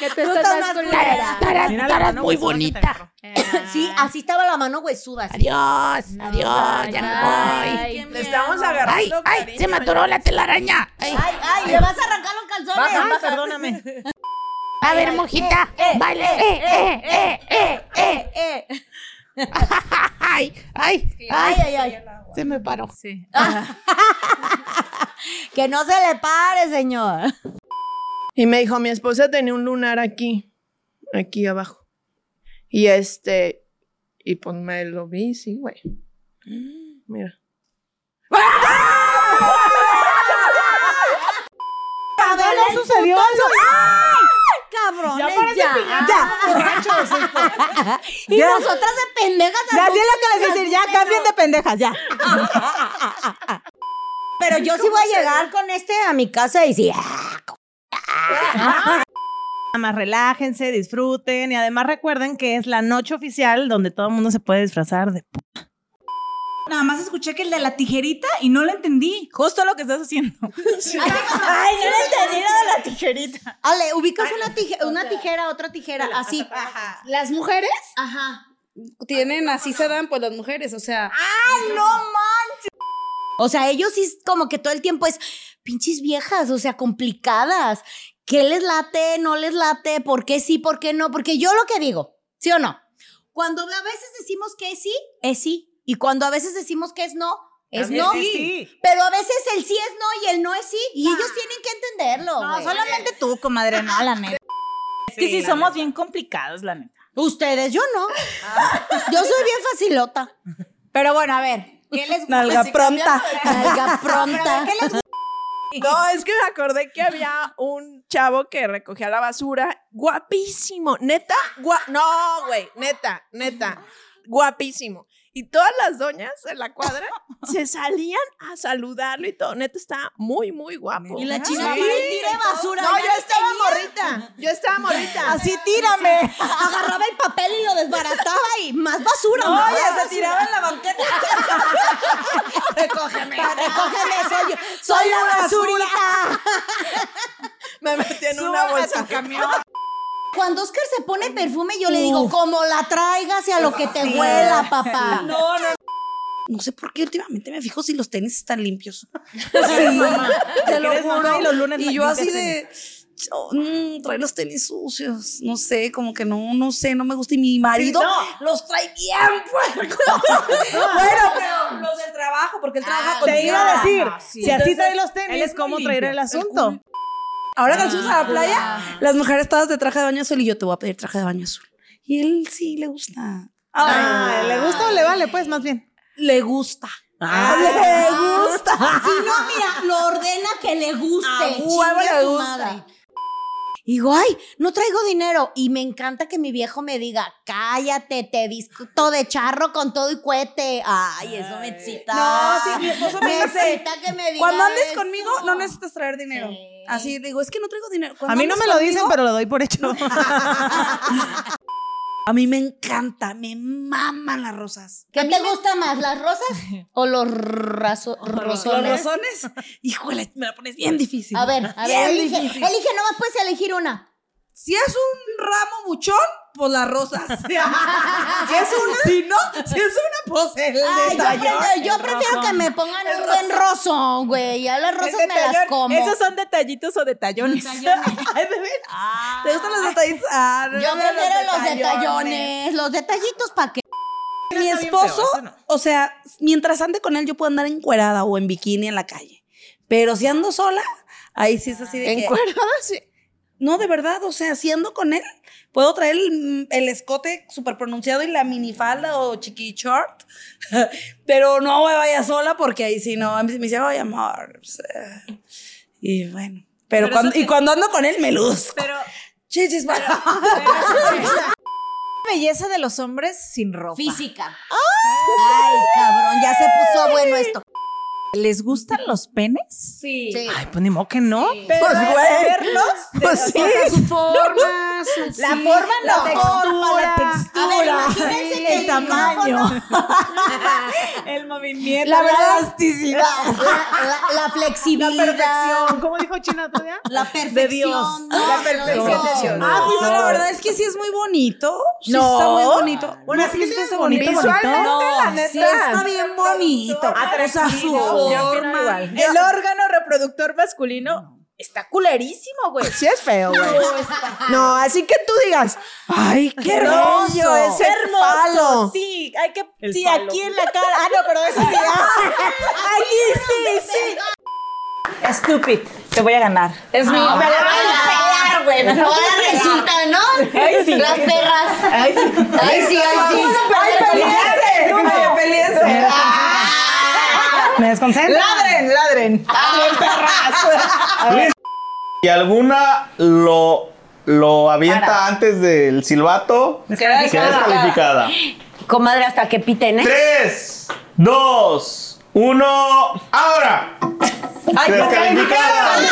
Que te
Tú
estás
estás
más
más
culera.
Taras, taras,
Mira la
taras
mano
muy
huesona que
bonita.
tengo.
Sí, así estaba la mano huesuda. así.
Adiós,
No,
adiós,
bye, bye.
ya me voy.
Qué
Le estamos
miedo.
agarrando
Ay, ay,
cariño.
se me atoró la telaraña. Ay,
Ay, ay, le vas a arrancar los calzones.
Ay, Ah, perdóname.
Eh,
a ver, mojita, baile. Eh, eh, eh, eh, eh.
Eh, eh.
Ay, ay,
Ay,
ay.
ay, ay.
Se me paró.
Sí.
Que no se le pare, señor.
Y me dijo, mi esposa tenía un lunar aquí, aquí abajo. Y este, y pues me lo vi, sí, güey.
Mm.
Mira.
A ver, no sucedió eso.
Cabrones,
Ya parece piñata.
Y nosotras de pendejas.
Ya sé lo que les decir, ya cambien de pendejas, ya.
Pero yo sí voy a llegar con este a mi casa y sí.
Nada más relájense, disfruten y además recuerden que es la noche oficial donde todo el mundo se puede disfrazar de p-
Nada más escuché que el de la tijerita y no lo entendí. Justo lo que estás haciendo.
Ay, no le entendí lo de la
Tijerita.
Ale, ubicas una tijera, una tijera, otra tijera, así.
Las mujeres
Ajá.
tienen, así se dan pues las mujeres, o sea...
Ah, O sea, ellos sí es como que todo el tiempo es pinches viejas, o sea, complicadas. ¿Qué les late? ¿No les late? ¿Por qué sí? ¿Por qué no? Porque yo lo que digo, ¿sí o no? Cuando a veces decimos que es sí, es sí. Y cuando a veces decimos que es no, es no.
Sí.
Pero a veces el sí es no y el no es sí. Y ellos tienen que entenderlo. güey.
solamente tú, comadre, no, la neta. Es que sí, somos bien complicados, la neta.
Ustedes, yo no. Yo soy bien facilota. Pero bueno, a ver. ¿Qué les gusta?
Nalga pronta.
Nalga pronta.
¿Qué les gusta?
No, es que me acordé que había un chavo que recogía la basura. Guapísimo. Neta, Gua- no, güey, neta, neta. Guapísimo. Y todas las doñas de la cuadra se salían a saludarlo y todo. Neta estaba muy, muy guapo.
Y la china madre tira basura.
No,
ya
yo
no
estaba
tenía.
morrita. Yo estaba morrita.
Así tírame.
Agarraba el papel y lo desbarataba y más basura. más basura.
en la banqueta.
Recógeme, soy, yo- soy la basurita.
Me metí en una bolsa.
Cuando Oscar se pone perfume, yo le digo, como la traigas y a lo que te huela, papá.
No sé por qué últimamente me fijo si los tenis están limpios.
Te lo juro. Y los lunes
Y yo así de, oh, mm, trae los tenis sucios. No sé, como que no, no sé, no me gusta. Y mi marido los trae bien puerco. bueno, pero los del trabajo, porque él trabaja con
Ah, Te iba a decir, si así
Entonces,
trae los
él
tenis,
es
¿cómo
muy
traer
limpio,
el asunto? ah,
Ahora que nos fuimos a la playa, las mujeres todas de traje de baño azul y yo te voy a pedir traje de baño azul. Y él sí le gusta.
Ah, ¿Le gusta o le vale? Pues más bien.
Le gusta.
Ah.
Le gusta. Si no, mira, lo ordena que le guste.
huevo
Chingue
le
a su
gusta.
madre. Y digo, ay, no traigo dinero. Y me encanta que mi viejo me diga, cállate, te discuto de charro con todo y cohete. Ay, eso me excita.
No, sí, mi esposo me dice,
excita que me diga
Cuando andes
eso.
conmigo, no necesitas traer dinero.
Sí.
Así digo, es que no traigo dinero. Cuando
A mí no
andes
me lo
conmigo,
dicen, pero lo doy por hecho.
A mí me encanta, me maman las rosas.
¿Qué te gusta más, las rosas o los raso- rosones?
rosones? Híjole, me la pones bien difícil.
A ver, a ver,
Bien
elige,
difícil.
elige, nomás puedes elegir una.
Si es un ramo buchón, pues las rosas. si es una, si no, si es una, pues el
Ay, Ah, yo,
detallón.
prefiero, yo prefiero que me pongan un buen rosón, güey. Ya las rosas me las como.
Esos son detallitos o detallones.
Ay, de veras. ¿Te gustan los detallitos? Ah, no,
Yo
no,
prefiero los detallones, los detallitos para qué.
Mi esposo, o sea, mientras ande con él, yo puedo andar encuerada o en bikini en la calle. Pero si ando sola, ahí sí es así de que... No, de verdad, o sea, si ando con él, puedo traer el, el escote súper pronunciado y la minifalda o chiqui short, pero no me vaya sola porque ahí sí no, a mí sí me dice, ay, amor. o sea, Y bueno, pero, cuando, y cuando ando con él me luzco. Pero... Chichis, bueno.
belleza de los hombres sin ropa.
Física. Ay, cabrón, ya se puso bueno esto.
¿Les gustan los penes?
Sí.
Sí.
Ay, pues ni modo que no.
Pues, güey.
Pues sí.
Formas,
La forma no.
la textura, la
A ver,
textura,
imagínense que el micrófono-
El movimiento.
La verdad-
elasticidad.
La, la- la flexibilidad.
La perfección. ¿Cómo dijo China todavía?
La perfección.
De Dios.
No,
La perfección
no,
de Dios.
no.
Ah, pues no, la verdad es que sí es muy bonito. Sí
No.
está muy bonito.
Bueno,
No,
sí
está
está
bonito.
bonito, bonito.
No,
la neta.
sí está bien bonito. O sea, su forma.
El órgano reproductor masculino está culerísimo, güey. Sí es feo, güey. No, así que tú digas, ay, qué bello es hermoso.
Sí, hay que.
El
sí,
palo.
aquí en la cara. Ah, no, pero eso sí.
Aquí sí, sí.
Stupid. Te voy a ganar.
Es mi.
Ah,
Ahora resulta, ¿no? Las perras. Ay, sí, ay, sí.
Ay, peleense.
Me desconcentra.
Ladren, ladren.
Y alguna lo, lo avienta antes del silbato. Queda descalificada.
Comadre, hasta que piten, ¿eh?
Tres, dos, uno, ahora.
pues,
descalificada.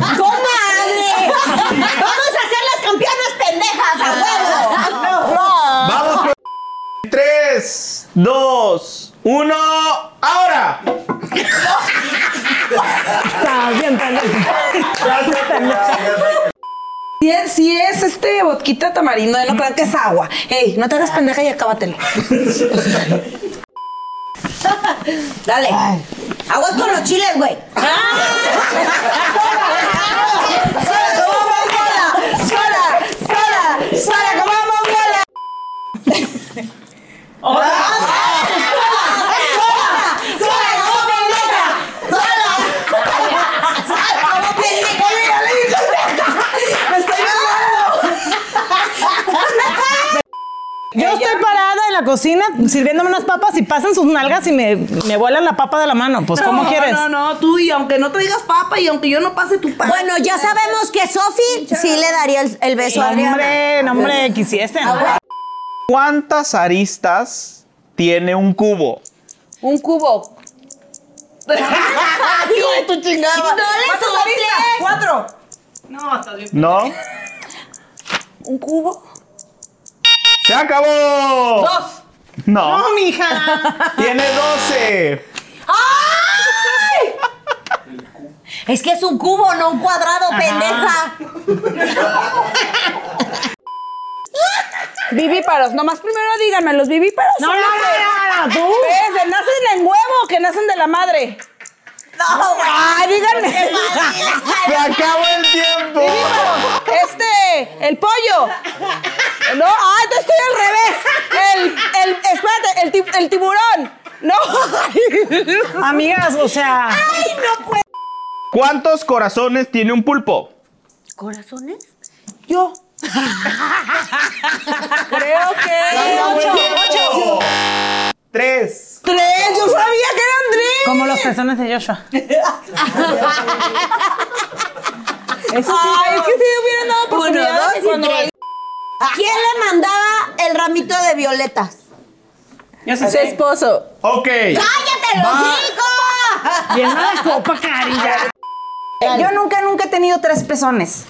¡Comadre! ¡Vamos a ser las campeonas pendejas, a huevo!
Vamos por tres, dos, uno, ahora.
Si es, si es este botquita tamarindo, eh, no crean que es agua. Ey, no te hagas pendeja y acábatelo.
Dale. Aguas con los chiles, güey.
Yo estoy parada en la cocina sirviéndome unas papas y pasan sus nalgas y me, me vuelan la papa de la mano. Pues, ¿cómo
no,
quieres?
No, no, tú, y aunque no te digas papa y aunque yo no pase tu papa.
Bueno, ya sabemos que Sofi sí le daría el, el beso a Adriana.
Hombre, Eh, no, hombre, quisiesen.
¿Cuántas aristas tiene un cubo?
un cubo.
No le soples.
Cuatro.
¿No?
Un cubo.
¡Se acabó!
Dos.
No,
No, mija.
tiene doce.
Es que es un cubo, no un cuadrado, pendeja.
Vivíparos, nomás primero díganme, los vivíparos.
No, no, no, no, no, tú.
Espérense, ¿nacen en huevo o que nacen de la madre?
No, güey.
Ah, díganme.
¡Se acabó el tiempo!
Este, el pollo. No, ah, entonces estoy al revés. El, el, espérate, el, ti- el tiburón. No.
Amigas, o sea.
¿Cuántos corazones tiene un pulpo?
¿Corazones?
Yo. Creo que.
¡Ocho! ¡Ocho! ¡Tres!
Tres, yo sabía que eran tres.
Como los pezones de Joshua.
Ay, es que si hubieran dado oportunidad.
Cuando- ¿Quién le mandaba el ramito de violetas?
Yo sí
Su
sé.
esposo.
Ok.
¡Cállate, los
Va.
chicos!
Llena de copa, carilla.
Yo nunca, nunca he tenido tres pezones.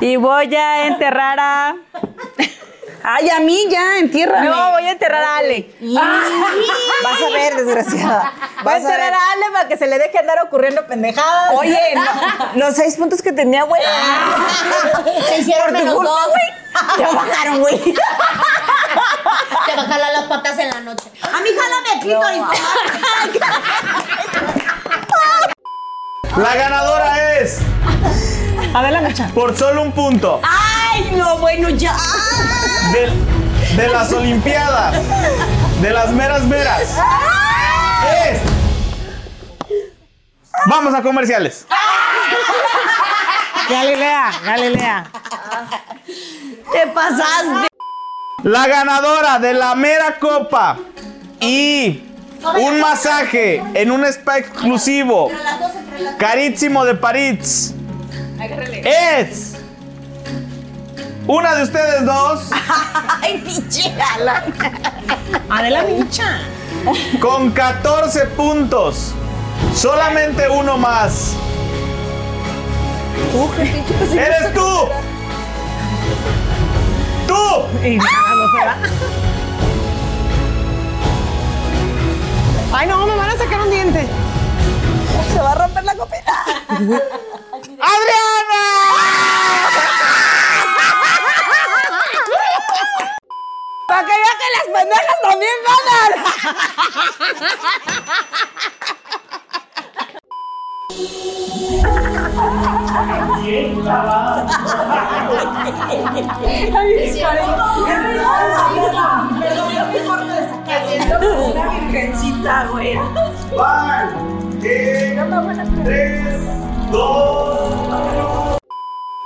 Y voy a enterrar a. Ay, a mí ya, entiérrame. No, voy a enterrar a Ale.
Vas a ver, desgraciada.
Voy
Vas
a
a
enterrar
ver.
a Ale para que se le deje andar ocurriendo pendejadas.
Oye, no, los seis puntos que tenía, güey.
Ah.
Se hicieron
Por tu
menos
culpa,
dos.
güey. Te bajaron, güey.
Te va a jalar las patas en la noche. A mí jálame el clítoris, comadre.
La ganadora es.
A ver la mecha.
Por solo un punto.
Ay, no, bueno, ya.
De, de las Olimpiadas. De las meras meras.
Ah.
Es. Vamos a comerciales.
Galilea, Galilea.
Te pasaste.
La ganadora de la mera copa y un masaje en un spa exclusivo, carísimo de París, es una de ustedes dos
Adela Micha.
con 14 puntos. Solamente uno más. ¡Eres tú! ¡Tú!
Y nada, no se va. Ay, no, me van a sacar un diente.
¡Adriana!
Para que vean que las pendejas también ganan.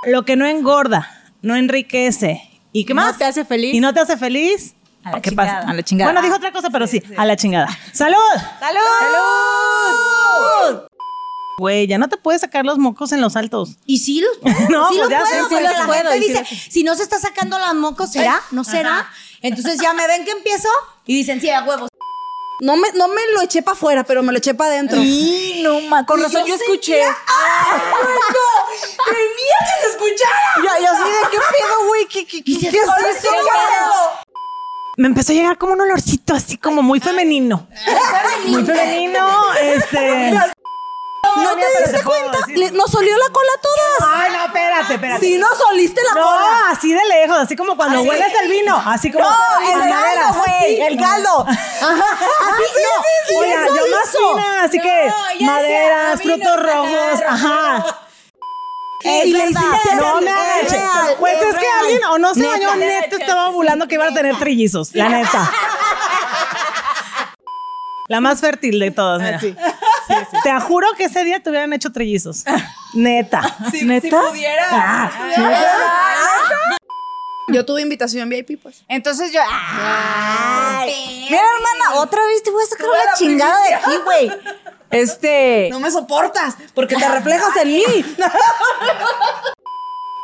Lo que no engorda, no enriquece. ¿Y qué más?
¿No te hace feliz?
¿Y no te hace feliz?
A la
¿Qué pasa?
chingada. A la chingada.
Bueno, dijo otra cosa, pero sí, a la chingada. ¡Salud!
¡Salud!
Güey, ya no te puedes sacar los mocos en los altos.
Y sí los puedo.
No,
sí los
pues ya sé,
puedo.
sí
porque
los
la
puedo,
gente
y sí
dice, si no se está sacando las mocos, ¿será? ¿No será? Entonces ya me ven que empiezo y dicen, sí, a huevos.
No me, no me lo eché para afuera, pero me lo eché para adentro.
Y no, ma, con razón yo, escuché.
¡Temía que se escuchara!
Ya, yo así de qué pedo, güey. ¿Qué, qué, qué, qué es eso, güey?
Me empezó a llegar como un olorcito así como muy femenino. Muy femenino, este...
¿No
mía,
te
pero
diste
te puedo
cuenta?
decir-
Le- nos olió la cola a todas.
Ay, no, espérate, espérate.
Si nos oliste la
No,
cola.
así de lejos, así como cuando
Así.
hueles el vino, así como.
No, el
Las maderas,
caldo, güey.
así.
El caldo.
Así, no, oiga,
eso
yo más
hizo.
fina, así que maderas, frutos rojos, ajá.
Y le hiciste
No me
es
agaches.
real,
Pues es, que
real.
alguien o no se
Neta.
bañó, neta estaba ovulando que iban a tener trillizos, la neta. La más fértil de todas, mira. Te juro que ese día te hubieran hecho trillizos. Neta. ¿Neta?
Ah,
Ah,
Yo tuve invitación VIP, pues.
Eh,
Entonces yo.
Mira, hermana, otra vez te voy a sacar la chingada de aquí, güey.
Este.
No me soportas porque te reflejas en mí.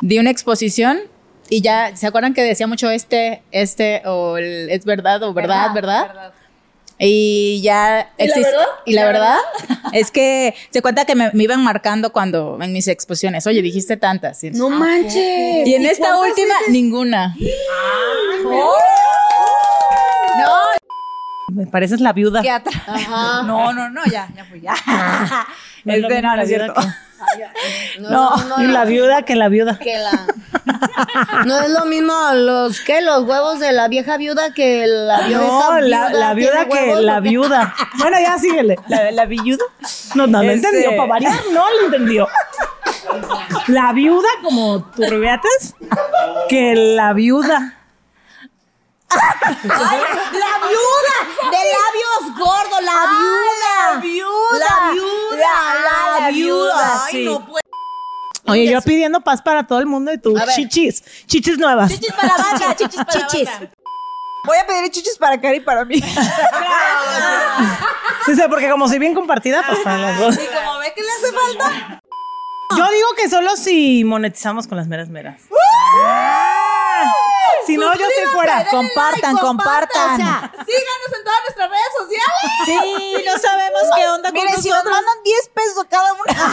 Di una exposición y ya. ¿Se acuerdan que decía mucho este, este o el es verdad o verdad, verdad? Y ya existe. Y la verdad es que se cuenta que me, me iban marcando cuando en mis exposiciones. Oye, dijiste tantas. Y-
No manches.
Y en esta última, ninguna.
Me pareces la viuda.
¿Qué atrás? No, no, no, ya, ya fui, ya.
No es lo
Este,
mismo
no, no
la
es
viuda
cierto.
No, y la viuda que la viuda.
Que la... No es lo mismo los que los huevos de la vieja viuda que la vieja
No, la, la viuda
tiene
que
huevos,
la
porque-
viuda. Bueno, ya síguele. La, la viuda. No, no, no
Este-
entendió. Para variar, no lo entendió. La viuda, como tú rebeates, que la viuda.
La viuda de labios gordos, la viuda. La viuda. La viuda. La, viuda.
Ay, no pues, puedo.
Oye, yo pidiendo paz para todo el mundo y tú, chichis, chichis nuevas.
Chichis para la banda, chichis para chichis.
Voy a pedir chichis para Cari y para mí.
Dice, porque como soy bien compartida, pues para las dos.
Como ve que le hace falta.
Yo digo que solo si monetizamos con las meras meras. Si no, yo estoy fuera.
Compartan, compartan.
síganos en todas nuestras redes sociales.
Sí, no sabemos qué onda con
Miren, si nos
nosotros.
mandan 10 pesos cada una. cada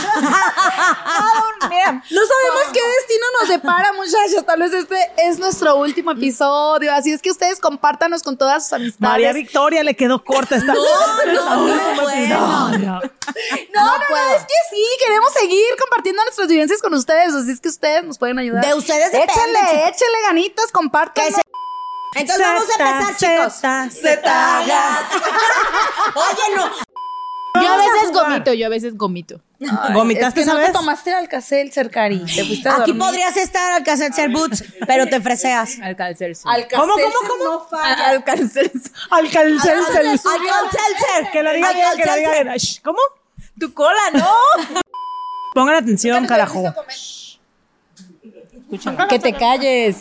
una. Mira,
No sabemos qué destino nos depara, muchachos. Tal vez este es nuestro último episodio. Así es que ustedes compártanos con todas sus amistades.
María Victoria le quedó corta esta.
No, no,
No,
bueno.
no, no, es que sí, queremos seguir compartiendo nuestras vivencias con ustedes, así es que ustedes nos pueden ayudar.
De ustedes depende,
échenle,
chicos.
échenle ganitas, compartan.
Entonces vamos a empezar, chicos. Oye, no.
Yo a veces gomito, yo a veces gomito.
¿Vomitaste Ah, esa vez?
tomaste alcacel, cercari, te fuiste
Aquí podrías estar al casar ser boots, pero te freseas.
Al calcerse.
¿Cómo, cómo, cómo?
calcerse.
Alcalcelcel.
Alcalcelcel.
Que la diga bien, que la diga bien. Shh, ¿Cómo?
Tu cola, ¿no?
Pongan atención, carajo.
Que te calles.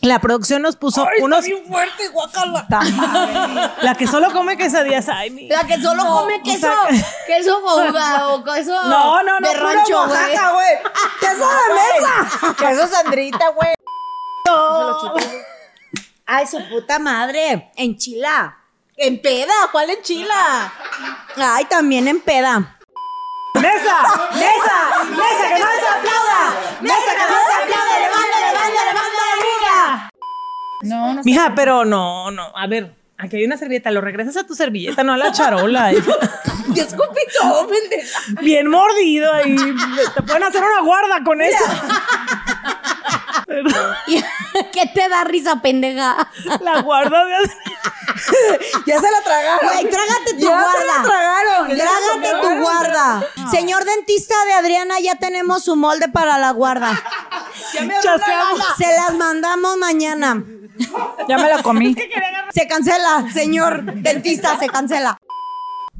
La producción nos puso unos. Está mal. La que solo come quesadillas. Ay, mi.
La que solo come queso.
Queso boba o queso
No, no, no.
de
puro
rancho, güey.
Oaxaca, güey.
queso de mesa. queso Sandrita, güey.
Ay, su puta madre. Enchila. En peda, ¿cuál enchila? Ay, también en peda.
Mesa, mesa,
¡Mesa que no se aplauda! ¡Mesa que no se aplauda! ¡Levanta, levanta, levanta la liga!
No, no.
Mija, pero no, no. A ver, aquí hay una servilleta. Lo regresas a tu servilleta, no a la charola. eh.
Dios cupito, pendeja.
Bien mordido ahí. Te pueden hacer una guarda con eso.
¿Qué te da risa, pendeja?
La guarda de.
Ya se la tragaron.
Güey, trágate tu
Ya se la
guarda.
tragaron. Ya se la
Trágate tu
tragaron.
guarda. Señor dentista de Adriana, ya tenemos su molde para la guarda.
Chasqueamos.
Se las mandamos mañana.
Ya me la comí.
Se cancela, señor dentista, se cancela.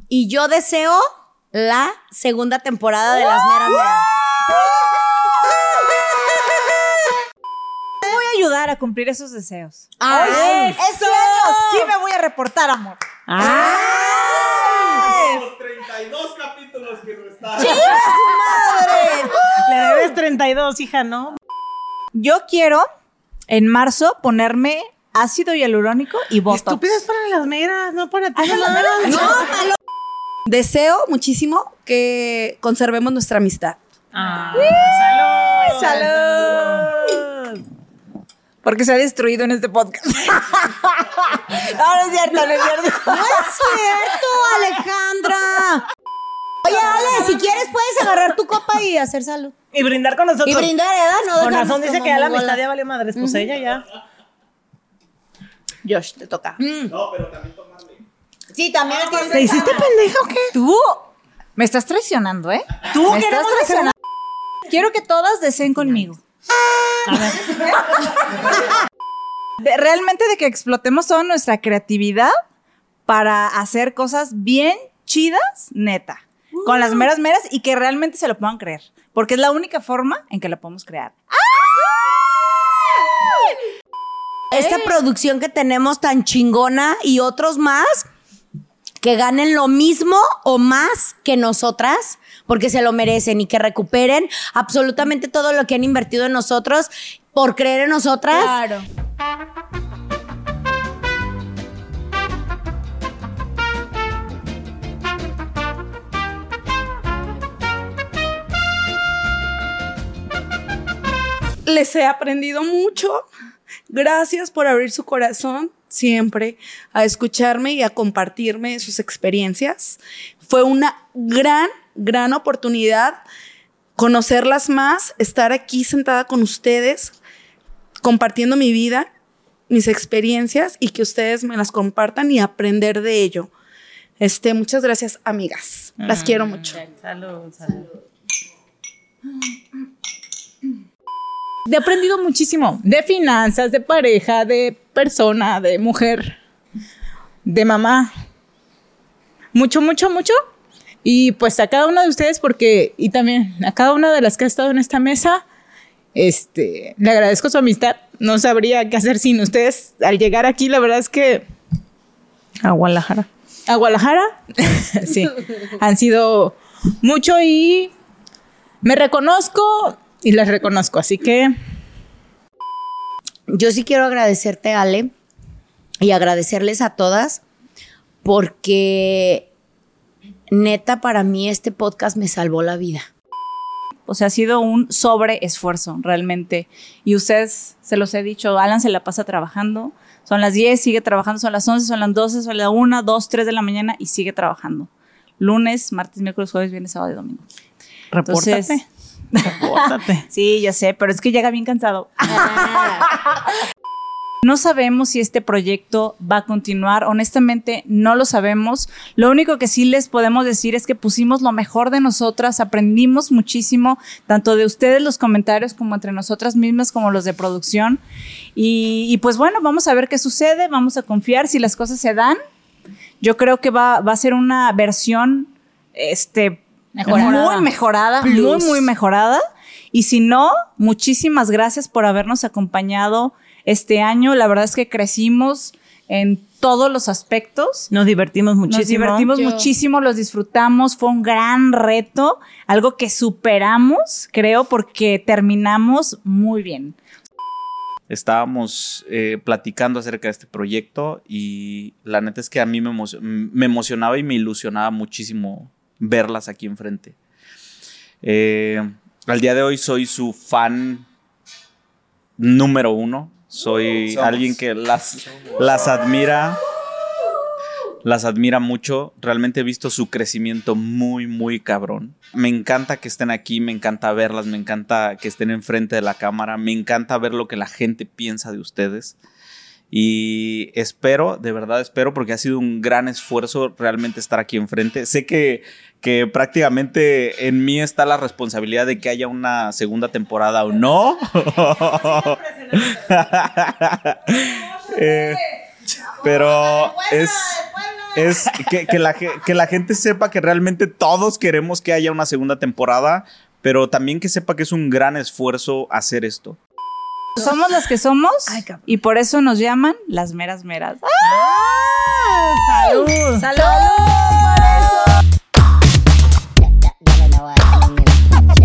Y yo deseo la segunda temporada de Las Meras Meras.
Te voy a ayudar a cumplir esos deseos.
¡Ay!
Este año sí me voy a reportar, amor.
Los 32 capítulos que no están.
Le debes 32, hija, ¿no?
Yo quiero en marzo ponerme ácido hialurónico y botox.
Estúpidas para las meras, no para ti.
Deseo muchísimo que conservemos nuestra amistad,
Ah, salud.
¡Salud! Porque se ha destruido en este podcast. no, no es cierto, no es cierto.
¡No es cierto, Alejandra! Oye, Ale, si quieres puedes agarrar tu copa y hacer salud.
Y brindar con nosotros.
Y brindar, ¿eh? No
Con
dejarnos
razón dice
como
que ya la
mongolas.
amistad ya valió madres. Pues ella ya.
Josh, te toca.
No, pero también tomarle.
Sí, también la tienes.
¿Te hiciste pendeja o qué?
Tú me estás traicionando, ¿eh?
Tú
me estás
queremos
traicionando. Quiero que todas deseen conmigo.
Ah.
De- realmente de que explotemos toda nuestra creatividad para hacer cosas bien chidas, neta. Con las meras meras y que realmente se lo puedan creer. Porque es la única forma en que lo podemos crear.
Esta producción que tenemos tan chingona y otros más que ganen lo mismo o más que nosotras, porque se lo merecen y que recuperen absolutamente todo lo que han invertido en nosotros por creer en nosotras.
Claro.
Les he aprendido mucho. Gracias por abrir su corazón siempre a escucharme y a compartirme sus experiencias. Fue una gran, gran oportunidad conocerlas más, estar aquí sentada con ustedes, compartiendo mi vida, mis experiencias y que ustedes me las compartan y aprender de ello. Este, muchas gracias, amigas.
Mm.
Las quiero mucho.
Salud, salud.
He aprendido muchísimo de finanzas, de pareja, de persona, de mujer, de mamá. Mucho, mucho, mucho. Y pues a cada uno de ustedes, porque, y también a cada una de las que ha estado en esta mesa, este, le agradezco su amistad. No sabría qué hacer sin ustedes. Al llegar aquí, la verdad es que
A Guadalajara.
a Guadalajara, sí, han sido mucho y me reconozco y las reconozco, así que
yo sí quiero agradecerte, Ale, y agradecerles a todas, porque neta, para mí este podcast me salvó la vida.
O sea, ha sido un sobreesfuerzo realmente. Y ustedes, se los he dicho, Alan se la pasa trabajando. Son las 10, sigue trabajando, son las 11, son las 12, son las 1, 2, 3 de la mañana y sigue trabajando. Lunes, martes, miércoles, jueves, viernes, sábado y domingo.
Repórtate.
Entonces-
Repórtate.
Sí, ya sé, pero es que llega bien cansado. No sabemos si este proyecto va a continuar, honestamente no lo sabemos. Lo único que sí les podemos decir es que pusimos lo mejor de nosotras, aprendimos muchísimo, tanto de ustedes los comentarios como entre nosotras mismas, como los de producción. Y, y pues bueno, vamos a ver qué sucede, vamos a confiar si las cosas se dan. Yo creo que va, va a ser una versión este,
Mejorada.
muy mejorada,
Plus.
muy, muy mejorada. Y si no, muchísimas gracias por habernos acompañado este año. La verdad es que crecimos en todos los aspectos.
Nos divertimos muchísimo.
Nos divertimos
Yo-
muchísimo, los disfrutamos, fue un gran reto, algo que superamos, creo, porque terminamos muy bien.
estábamos eh, platicando acerca de este proyecto y la neta es que a mí me, emo- me emocionaba y me ilusionaba muchísimo verlas aquí enfrente. Eh, al día de hoy soy su fan número uno. Soy
Somos.
alguien que las, las admira. Las admira mucho. Realmente he visto su crecimiento muy, muy cabrón. Me encanta que estén aquí, me encanta verlas, me encanta que estén enfrente de la cámara, me encanta ver lo que la gente piensa de ustedes. Y espero, de verdad espero, porque ha sido un gran esfuerzo realmente estar aquí enfrente. Sé que, que prácticamente en mí está la responsabilidad de que haya una segunda temporada o no. Eh, pero es, es que, que la, ge- que la gente sepa que realmente todos queremos que haya una segunda temporada, pero también que sepa que es un gran esfuerzo hacer esto.
Somos las que somos y por eso nos llaman las meras meras. ¡Salud! ¡Salud!
Ya, ya, ya me la voy a terminar.